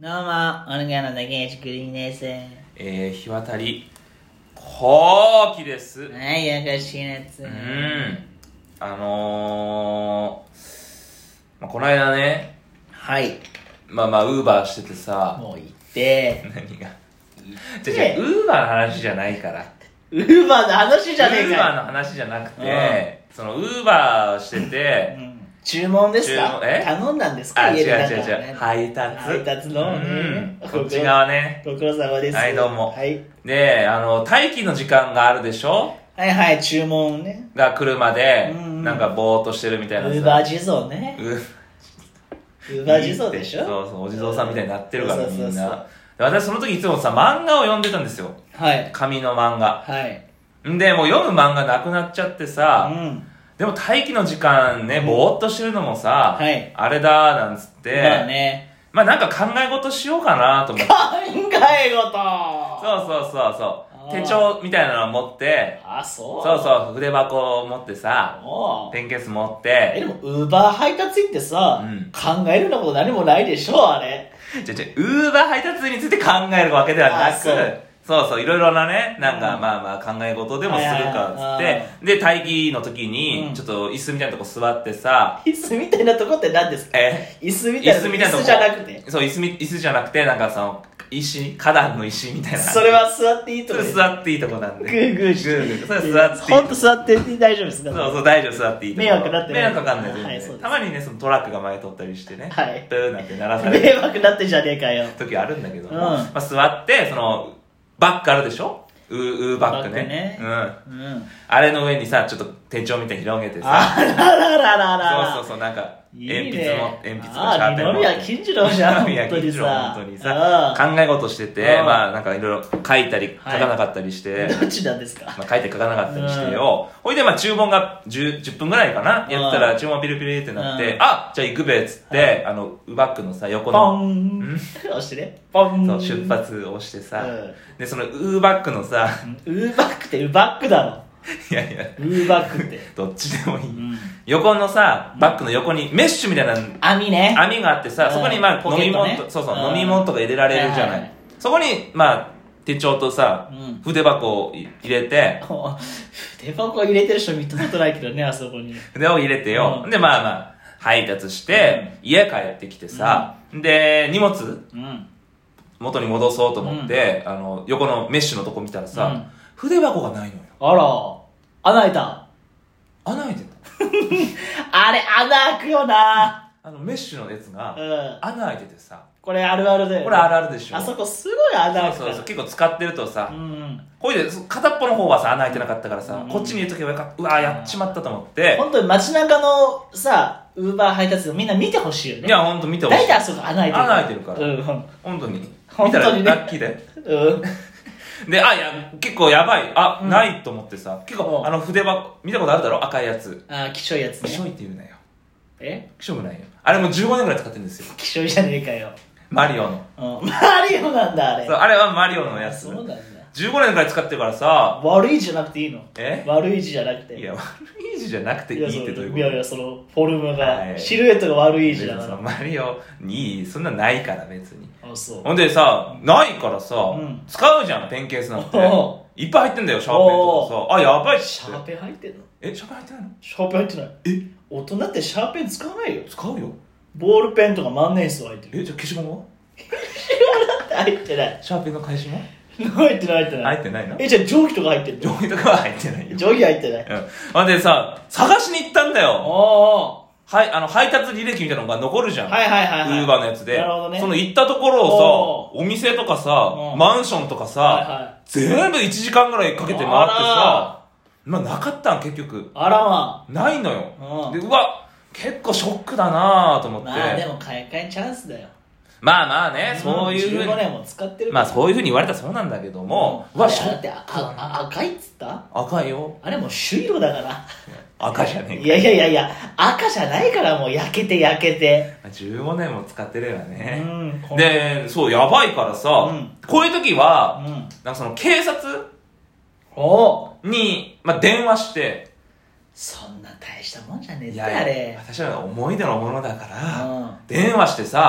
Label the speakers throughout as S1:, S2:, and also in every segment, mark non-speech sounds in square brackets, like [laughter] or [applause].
S1: どうも、オルガの竹内くりんです。
S2: えー、日渡り後期ですう
S1: はい、よろしいなつ。
S2: んあのーまあ、この間ね
S1: はい。
S2: まあまあウーバーしててさ
S1: もう行って、
S2: 何が
S1: て
S2: 違うウーバーの話じゃないから
S1: ウーバーの話
S2: ウ
S1: じゃねえ
S2: ーバー
S1: か
S2: の話じゃなくて、そのウーバーしてて、
S1: よ。うん注文です
S2: 注
S1: か
S2: 文え
S1: 頼んだんですか
S2: あ違う
S1: 家でなんか
S2: 違う違う配達
S1: 配達の
S2: うん
S1: ね
S2: こっち側ね
S1: ご苦労様です。
S2: はいどうも
S1: はい。
S2: であの待機の時間があるでしょ
S1: はいはい、注文ね。
S2: が来るまで、
S1: うんうん
S2: なんかぼーっとしてるみ
S1: ウ
S2: たいな
S1: ーバー
S2: 地
S1: 地蔵ね。
S2: ウー
S1: ウーバー地蔵でしょ
S2: そうそうお地蔵さんみたいになってるから
S1: そう
S2: み
S1: そうそうんそう
S2: なで私その時いつもさ漫画を読んでたんですよ
S1: はい。
S2: 紙の漫画
S1: はい。
S2: んでもう読む漫画なくなっちゃって
S1: う
S2: さ、
S1: ん。
S2: でも待機の時間ねぼーっとしてるのもさ、
S1: はい
S2: あれだーなんつって、
S1: まあね。
S2: まあなんか考え事しようかなと思って
S1: 考え事そう。
S2: そうそうそうそ
S1: あ
S2: う
S1: ー
S2: 手帳みたいなの持って
S1: あ、そう。
S2: そうそう筆箱を持ってさ
S1: もう。
S2: ペンケース持っ
S1: え、で
S2: て
S1: も、ウーバー配達員ってさ、
S2: うん
S1: 考えるようなこと何もないでしょ、あれ。
S2: じゃじゃウーバー配達員について考えるわけではな
S1: あ
S2: く
S1: そう
S2: そうそういろいろなねなんか、
S1: うん
S2: まあまあ考え事でもするかっつっ
S1: はいはいはい
S2: てで待機の時
S1: うん
S2: にちょっと椅子みたいなとこ座ってさ、
S1: 椅子みたいなとこって何ですか
S2: え
S1: 椅子みたい
S2: 椅
S1: な
S2: 子みたいなとこ
S1: 椅子じゃなくて。
S2: そう椅子み椅子じゃなくてなんかその石花壇の石みたいな
S1: それは座っていいと
S2: そ
S1: こ
S2: れ
S1: です。
S2: 座っていいとこなん
S1: グ
S2: で
S1: ーグーし
S2: グー
S1: て。
S2: グーそれ座っていい
S1: ほんと座ってて大丈夫ですか
S2: そうそう大丈夫座っていいとこ
S1: 迷惑なってない
S2: 迷惑かかんない全然
S1: はいそうです
S2: たまにねそのトラックが前通ったりしてね
S1: はい
S2: ブーなんて鳴ら
S1: [laughs]
S2: される
S1: 迷惑なってんじゃねえかよ。
S2: 時あるんだけども、
S1: うん
S2: まあ、座ってそのバッグあるでしょウーウーバッグね
S1: バッグ
S2: うん
S1: うん。
S2: あれの上にさ、ちょっと手帳みたいに広げてさ、
S1: あららららら。
S2: そうそうそう、なんか、
S1: いいね
S2: 鉛筆も、鉛筆とかシャ
S1: あ
S2: ー
S1: あ、
S2: ペン
S1: 二
S2: も。
S1: 宮金次郎じゃん。
S2: [laughs] 二宮
S1: 本当に
S2: 金次郎
S1: さ。
S2: 本当にさ、
S1: あ
S2: 考え事してて、
S1: うん
S2: まあなんかいろいろ書いたり、書
S1: はい
S2: かなかったりして、
S1: あどっちなんですか
S2: まあ書いたり書かなかったりしてよ。ほいでまあ注文が 10, 10分ぐらいかな、やった
S1: う
S2: ら注文ピリピリってなっ
S1: う
S2: て
S1: ん、
S2: あじゃあ行くべっつって、あの、ウバックのさ、
S1: ポ
S2: 横の、
S1: ン。押してね。ポン。
S2: そう出発をしてさ
S1: うん、
S2: で、そのウーバックのさ、 [laughs]
S1: ウーバックってウバックだろ。
S2: いやいや、
S1: ウーバックって。
S2: どっちでもいい。
S1: ん。
S2: 横のさ、バックの横にメッシュみたいなの
S1: 網ね。
S2: 網があってさ、
S1: うん
S2: そこにまあ
S1: ポ
S2: 飲
S1: ケッ
S2: み
S1: ト
S2: 物
S1: ね
S2: と、そうそう、
S1: うん
S2: 飲み物とか入れられるじゃ
S1: は
S2: ないい。
S1: はいはい
S2: そこにまあ手帳とさ、
S1: うん
S2: 筆箱を入れて、
S1: もう筆箱入れてる人見たことないけどね、あそこに。
S2: 筆を入れてよ。
S1: うん
S2: でまあまあ配達して、家帰ってきてさ、で荷物
S1: うん。
S2: 元に戻そうと思って、あの横のメッシュのとこ見たらさ、
S1: うん
S2: 筆箱がないのよ。
S1: あら、穴開いた。
S2: 穴開いてた。
S1: あれ、穴開くよな。
S2: あのメッシュのやつ
S1: う
S2: が
S1: ん。
S2: 穴開いててさ、
S1: これあるあるだよね。
S2: これあるあるでしょ。
S1: あそこすごい穴開くか
S2: そう
S1: ら。
S2: そうそう結構使ってるとさ、
S1: うん。
S2: ほいでそ片っぽの方はさ穴開いてなかったからさ、
S1: うん
S2: こっちに入れとけばよかったうわーやっちまったと思って、
S1: 本当に街中のさ、ウーバー配達のみんな見てほしいよね。
S2: いやほんと見てほし
S1: 大
S2: い
S1: 体あそこ穴開いてる。
S2: 穴開いてるから、
S1: うん。
S2: ほん、本当に
S1: 本
S2: 見た
S1: 当
S2: ら
S1: にね
S2: ラッキーだよ
S1: うん。
S2: であいや結構やばいあ、
S1: うん
S2: ないと思ってさ結
S1: う
S2: 構
S1: ん
S2: あの筆箱見たことあるだろ赤いやつ
S1: あー、きしょいやつ
S2: きしょ
S1: ね。
S2: いって言うなよ
S1: え
S2: きしょくないよあれもう15年ぐらい使ってるんですよ
S1: きしょいじゃねえかよ。
S2: マリオの
S1: うん。マリオなんだ、あれ。
S2: そうあれはマリオのやつ
S1: そうなんだ。
S2: 15年ぐらい使ってるからさ
S1: 悪いじゃなくていいの
S2: え
S1: [laughs] 悪い字じゃなくて。
S2: いや悪い字じゃなくてい
S1: いやそ
S2: いってどういうこ
S1: や
S2: と
S1: いやそのフォルムが、
S2: はい
S1: シルエットが悪い字だか
S2: そ
S1: ら
S2: うマリオにそんなないから別に
S1: あそう
S2: ほんでさ、ないからさ、
S1: ん
S2: 使うじゃん、ペンケースなんて
S1: お。
S2: いっぱい入ってんだよ、シャーペンとかさ。あ、やばいっ
S1: シ
S2: し
S1: ャーペン入ってんの
S2: え、シャーペン入ってないの
S1: シャーペン入ってない
S2: え
S1: 大人ってシャーペン使わないよ
S2: 使うよ。
S1: ボールペンとか万年筆は入ってる
S2: え、じゃあ消しゴムは
S1: だって入ってない
S2: シャーペンの返しも
S1: 入ってない入ってない
S2: 入ってないの
S1: えじゃあ蒸気とか入ってる
S2: 上位とかは入ってないよ。
S1: 蒸気入ってない
S2: うん。ほんでさ、探しに行ったんだよ。
S1: お
S2: はい、あの、配達履歴みたいなのが残るじゃ
S1: ー
S2: ん。
S1: はいはいはいはい
S2: ウーバーのやつで。
S1: なるほどね
S2: その行ったところをさ、お店とか
S1: う
S2: さ
S1: ん、
S2: マンションとか
S1: はい
S2: さ、
S1: はい
S2: 全部1時間ぐらいかけて回って
S1: あ
S2: さ、まあなかったん結局。
S1: あらま
S2: ないのよ、
S1: うん
S2: でうわ結構ショックだなぁと思
S1: あ
S2: って、
S1: まあでも買い替えチャンスだよ
S2: まあまあねそういうふ
S1: 15
S2: うに
S1: 年も使ってる
S2: まあ
S1: あ
S2: そういうふうに言われたらそうなんだけども、う
S1: わ
S2: わ
S1: し
S2: シ
S1: だっ
S2: ョ
S1: てああ赤いっつった
S2: 赤いよ
S1: あれもう朱色だから
S2: 赤じゃね
S1: いや
S2: え
S1: いやいやいや、赤じゃないからもう焼けて焼けて。
S2: か15年も使ってれば
S1: う
S2: ね、
S1: ん。こん、
S2: でそうやばいからさ、
S1: うん
S2: こういう時
S1: う
S2: は
S1: ん。
S2: なんかその警察
S1: おう
S2: に、まあ、電話して
S1: そんな大したもんじゃねえっ
S2: い
S1: て、
S2: や
S1: あ
S2: いや
S1: れ。
S2: 私は思い出のものだか
S1: う
S2: ら、
S1: ん。
S2: 電話してさ、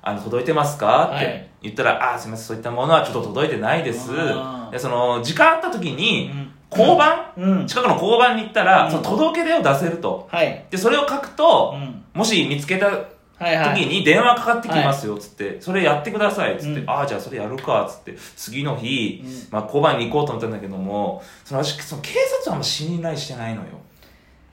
S2: あの届いてますか?」っ
S1: はい
S2: て言ったら「あーすみませんそういったものはちょっと届いてないです
S1: あー」
S2: でその時間あった時に
S1: うん
S2: 交番、
S1: うん
S2: 近くの交番に行ったら、
S1: うん
S2: その届け出を出せると
S1: はい
S2: でそれを書くと
S1: う、ん
S2: もし見つけた
S1: はいはい
S2: 時に電話かかってきますよっつって、それやってくださいっつって、
S1: うん
S2: ああじゃあそれやるかっつって次の日、
S1: うん
S2: まあ、交番に行こうと思ったんだけどもその私その警察はあんま信頼してないのよ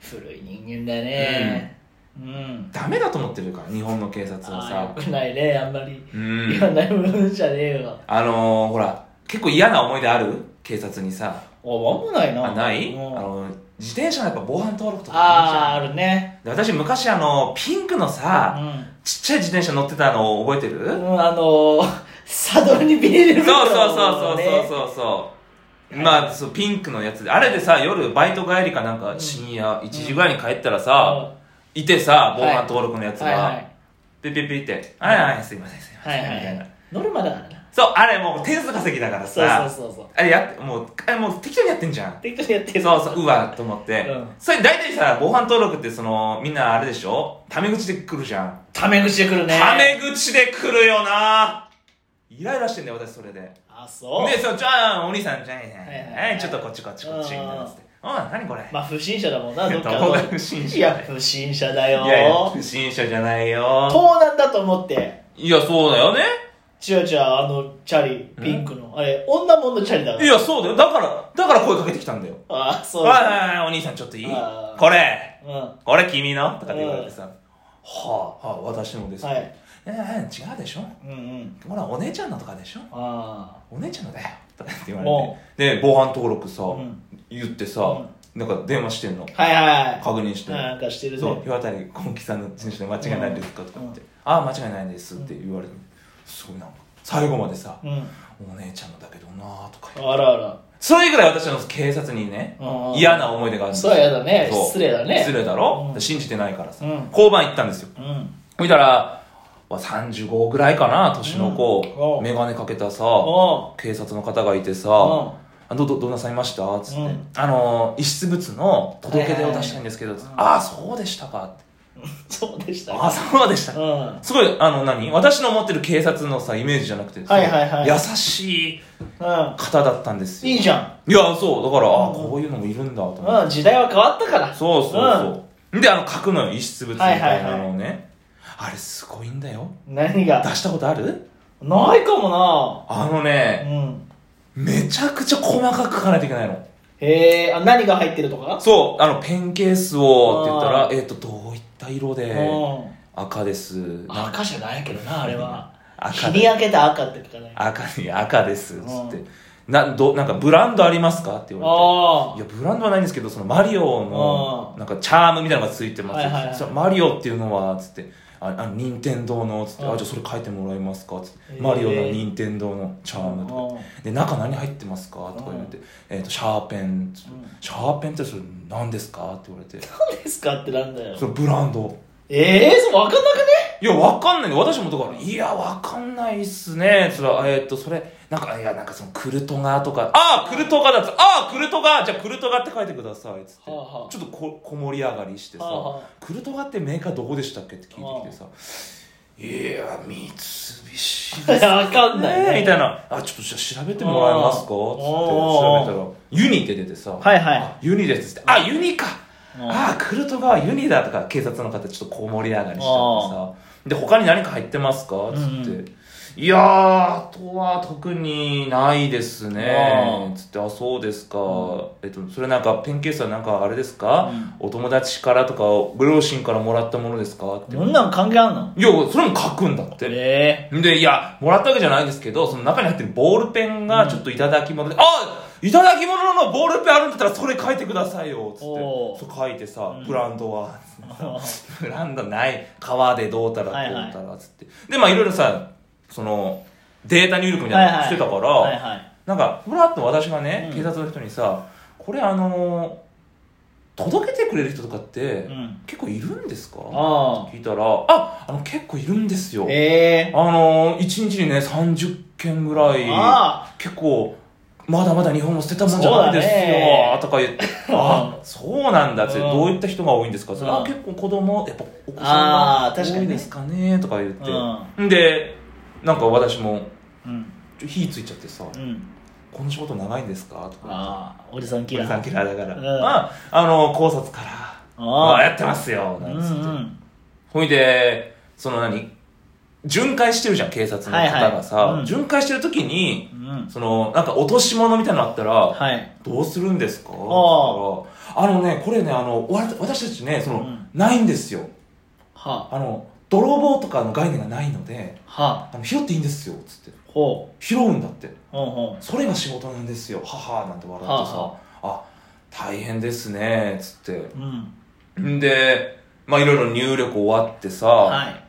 S1: 古い人間だねうん
S2: ダメだと思ってるから日本の警察は
S1: ああよ
S2: さ
S1: くないねあんまり
S2: う
S1: 言わ
S2: ん
S1: ないもんじゃねえよ
S2: あのー、ほら結構嫌な思い出ある警察にさ
S1: あわんもないな
S2: あない
S1: う
S2: あ
S1: ん
S2: の自転車のやっぱ防犯登録とか
S1: あーあ
S2: る
S1: るね
S2: じゃんで私昔あのピンクの
S1: う
S2: さ
S1: ん
S2: ちっちゃい自転車乗ってたの覚えてる、
S1: うんあのーサドルにビニール
S2: そうそうそうそうそう
S1: う
S2: そうそう、まあそうピンクのやつであれでさ夜バイト帰りかなんか深夜1時ぐらいに帰ったらさ、いてさ防犯登録のやつが、
S1: はいはい
S2: ピッピッピッって「はいはいすいませんすいま
S1: は
S2: せん」
S1: いは
S2: みたい
S1: いは
S2: ない
S1: ノルマだからな
S2: そうあれもう点数稼ぎだから
S1: そう
S2: さ
S1: そうそうそう
S2: あれやっもうあれもう適当にやってんじゃん
S1: 適当にやってる
S2: そうそううわと思って、
S1: うん
S2: それ大体さ防犯登録ってそのみんなあれでしょタメ口で来るじゃん
S1: タメ口で来るね
S2: タメ口で来るよなイライラしてんだよ私それで
S1: あそう
S2: で、そう、じゃあ、お兄さん、じゃあね、
S1: はいはい
S2: は
S1: はいい
S2: ちょっとこっちこっちこっち、みたいなっつって。うん、何これ。
S1: まあ不審者だ
S2: [laughs]
S1: もんなどっか
S2: ど
S1: の
S2: こが不審者
S1: いや不審者だよ
S2: いやいや、不審者じゃないよ。
S1: 盗難だと思って
S2: いや、そうだよね。
S1: 違う違うあのチャリピンクのあれ女もんのチャリだから
S2: いや、そうだよ。だから、だから声かけてきたんだよ。
S1: ああそう
S2: はいはいはい、お兄さん、ちょっといい
S1: あー
S2: これ、
S1: うんは
S2: これ君のとかって言われてさ、はあ、はあ、私のです。
S1: い
S2: いやいや違うでしょ
S1: うんうん
S2: ほら、お姉ちゃんのとかでしょ
S1: あ
S2: お姉ちゃんのだよ。とかって言わ
S1: も
S2: れて。で、防犯登録さ
S1: あう、ん
S2: 言ってさ、なんか電話してんの。
S1: はいはい
S2: 確認して
S1: はい。なんかしてる
S2: そう
S1: ね
S2: 岩谷幸喜さんの人種で間違いないですか?」とか言って「
S1: う
S2: ああ間違いないです」って言われてすごいなんか最後までさ
S1: うん
S2: 「お姉ちゃんのだけどな」とか言って
S1: あらあら
S2: それぐらい私は警察にね
S1: うん
S2: 嫌な思い出があるんですよ
S1: そうやだね
S2: そう
S1: 失礼だね
S2: 失礼だろ
S1: うん
S2: 信じてないからさ
S1: うん
S2: 交番行ったんですよ
S1: うん
S2: 見たらわ35ぐらいかな年の子
S1: うん
S2: 眼鏡かけたさ
S1: お
S2: 警察の方がいてさ
S1: お
S2: あどどどうなさいました?」っつって、
S1: うん
S2: あの遺失物の届け出を出したいんですけど」つって
S1: はい
S2: ああそうでしたか」って
S1: そうでし
S2: 「
S1: た
S2: ああそうでした
S1: うんうん
S2: すごいあの何私の持ってる警察のさイメージじゃなくてさ
S1: はいはいはい
S2: 優しい方だったんですよ
S1: いいじゃ
S2: いやそうだから、ああ
S1: うん
S2: こういうのもいるんだと思って、
S1: んうん時代は変わったから
S2: そうそうそう、であの書くのよ遺失物みたいなのをね、あれすごいんだよ
S1: 何が
S2: 出したことある
S1: ないかも
S2: あの
S1: な
S2: ね、
S1: うん
S2: めちゃくちゃ細かく書かないといけないの
S1: へえあ何が入ってるとか
S2: そうあのペンケースをって言ったら
S1: あー
S2: えっ、とどういった色
S1: う
S2: で
S1: ん
S2: 赤ですなんか
S1: 赤じゃないけどなあれは日
S2: 赤
S1: に
S2: で
S1: 焼けた赤って聞かないあ
S2: 赤に赤ですっつっ
S1: う
S2: てなどなんかブランドありますかって言われ
S1: あ
S2: ていやブランドはないんですけどそのマリオの
S1: う
S2: なんかチャームみたいなのがついてます、
S1: はいはいはい
S2: そのマリオっていうのはつってああの任天堂のつって、
S1: うん
S2: あじゃあそれ書いてもらえますかつって、
S1: へー
S2: マリオの任天堂のチャームとか、
S1: うん
S2: で中何入ってますかとか言われて、えーとシャーペンつって、
S1: うん
S2: シャーペンってそれ何ですかって言われ
S1: [laughs]
S2: て
S1: 何ですかってなんだよ
S2: それブランド
S1: ええそう分かんなくね
S2: いやわかんないね私もだから「いやわかんないっすね」それはえーっとそれなんかいやなんかそのクルトガとか「ああクルトガだ」っつって「ああクルトガじゃあクルトガって書いてください」っつって、
S1: はあはあ
S2: ちょっとここもり上がりしてさ、
S1: はあはあ
S2: クルトガってメーカーどこでしたっけ?」って聞いてきてさ「いや三菱です、
S1: わかんないね
S2: みたいな「あちょっとじゃあ調べてもらえますか?」っつって調べたら「ユニ」って出てさ「
S1: はいはい
S2: あユニです」っつって「あユニか!」
S1: うん
S2: ああクルトガはユニだとか警察の方ちょっとこう盛り上がりしちゃってさで他に何か入ってますかっつって、
S1: うん
S2: いやーあとは特にないですね
S1: あ
S2: つってあそうですか、
S1: うん
S2: えっとそれなんかペンケースはなんかあれですか、
S1: うん
S2: お友達からとかご両親からもらったものですかってい
S1: そんなの関係あんの
S2: やそれも書くんだって
S1: え
S2: で、いや、もらったわけじゃないですけど、その中に入ってるボールペンがちょっといただき物で、あいただき物のボールペンあるんだったらそれ書いてくださいよ、つって。
S1: おー
S2: そう書いてさ、
S1: うん
S2: ブランドは、 [laughs]
S1: ー
S2: ブランドない、革でどうたら
S1: はいはい
S2: こうたら、つって。で、まあいろいろさ、その、データ入力みたいなのしてたから、
S1: はいはい
S2: なんか、ふらっと私がね、
S1: うん
S2: 警察の人にさ、これあのー届けてくれる人とかって、
S1: うん
S2: 結構いるんですか
S1: あ
S2: 聞いたら、あ、あの結構いるんですよ。
S1: ええ
S2: あのー、1日にね30件ぐらい
S1: あ
S2: 結構まだまだ日本を捨てたもんじゃないですよ、
S1: そうだね
S2: とか言って、あそうなんだって、
S1: うん
S2: どういった人が多いんですかって、
S1: うん
S2: あ結構子供、やっぱお子
S1: あー
S2: さん
S1: 確か
S2: が多
S1: に
S2: い
S1: ね
S2: ですかねとか言って、で、なんか私も、
S1: うん
S2: ちょ火ついちゃってさ、
S1: うん
S2: この仕事長いんですかとか
S1: ああおじさんキ
S2: 言って、
S1: ラ
S2: 俺さん
S1: ー
S2: キラーだから、
S1: うん
S2: まあ、あの、考察から、
S1: あ
S2: まあ
S1: あ
S2: やってますよ、
S1: う
S2: なんん
S1: う
S2: つって。
S1: ん
S2: ほいで、その何巡回してるじゃん、警察の方がさ、
S1: はいはいうん
S2: 巡回してる時に、
S1: うん
S2: その、なんか落とし物みたいなのあったら、
S1: はい
S2: どうするんですか
S1: あ
S2: あのね、これね、あの、わ私たちね、その、
S1: うん
S2: ないんですよ。
S1: は
S2: あの、泥棒とかの概念がないので、
S1: は
S2: あの拾っていいんですよ、つって。
S1: ほ
S2: 拾うんだって。
S1: うほうほ
S2: それが仕事なんですよ、母なんて笑ってさ、
S1: は
S2: あ、大変ですね、つっ
S1: ううん
S2: て。んで、まあいろいろ入力終わってさ、
S1: は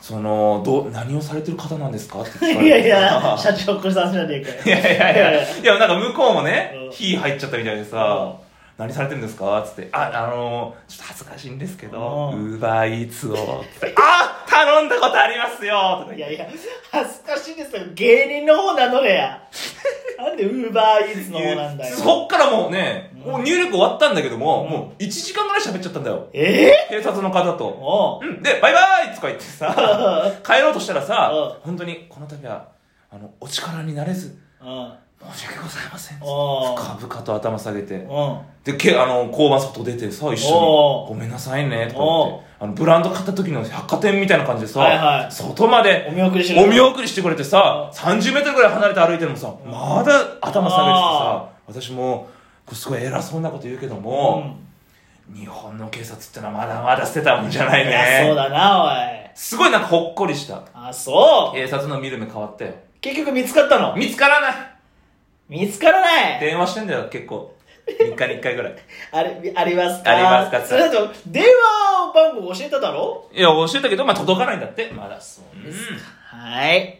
S2: そのどう何をされてる方なんですかって聞か
S1: い
S2: れて
S1: いやい
S2: [laughs]
S1: や社長これさんじゃねえかよ
S2: いやいやいやいやなんか向こうもね、
S1: うん
S2: 火入っちゃったみたいでさ、何されてるんですかっつって「ああのちょっと恥ずかしいんですけどウ
S1: うん
S2: ーバーイーツを」って「あ頼んだことありますよ」とか
S1: いや
S2: 言って
S1: いや、恥ずかしいですよ。芸人の方なのれや。なんでウーバーイーツの方なんだよ。
S2: そっからもうね、
S1: うん
S2: もう入力終わったんだけども、
S1: うん
S2: もう1時間ぐらい喋っちゃったんだよ
S1: ええ
S2: 警察の方と
S1: おう。
S2: うん、で、バイバイとか言ってさ、帰ろうとしたらさ
S1: う、
S2: 本当にこの度は、あの、お力になれず、
S1: うん。
S2: 申し訳ございません。
S1: おう。
S2: 深々と頭下げて
S1: うん。
S2: でけあの交番外出てさ一緒に
S1: お
S2: 「ごめんなさいね」とか言っ
S1: お
S2: てあのブランド買った時の百貨店みたいな感じでさ、
S1: はいはい
S2: 外まで
S1: お見送りしろ。
S2: お見送りしてくれてさ3 0ルぐらい離れて歩いてるのさ
S1: うん
S2: まだ頭下げててさ私もこうすごい偉そうなこと言うけども、日本の警察ってのはまだまだ捨てたもんじゃな
S1: う
S2: い
S1: ん。いや、そう
S2: ね
S1: だな、おい。
S2: すごいなんかほっこりした
S1: あ、そう。
S2: 警察の見る目変わったよ
S1: 結局見つかったの
S2: 見つからない
S1: 見つからない。
S2: 電話してんだよ結構3日に1回ぐらい [laughs]
S1: あれ、ありますか
S2: ありますか
S1: それだと、電話番号教えただろ
S2: いや教えたけどまあ届かないんだってまだ
S1: そうですか。はい。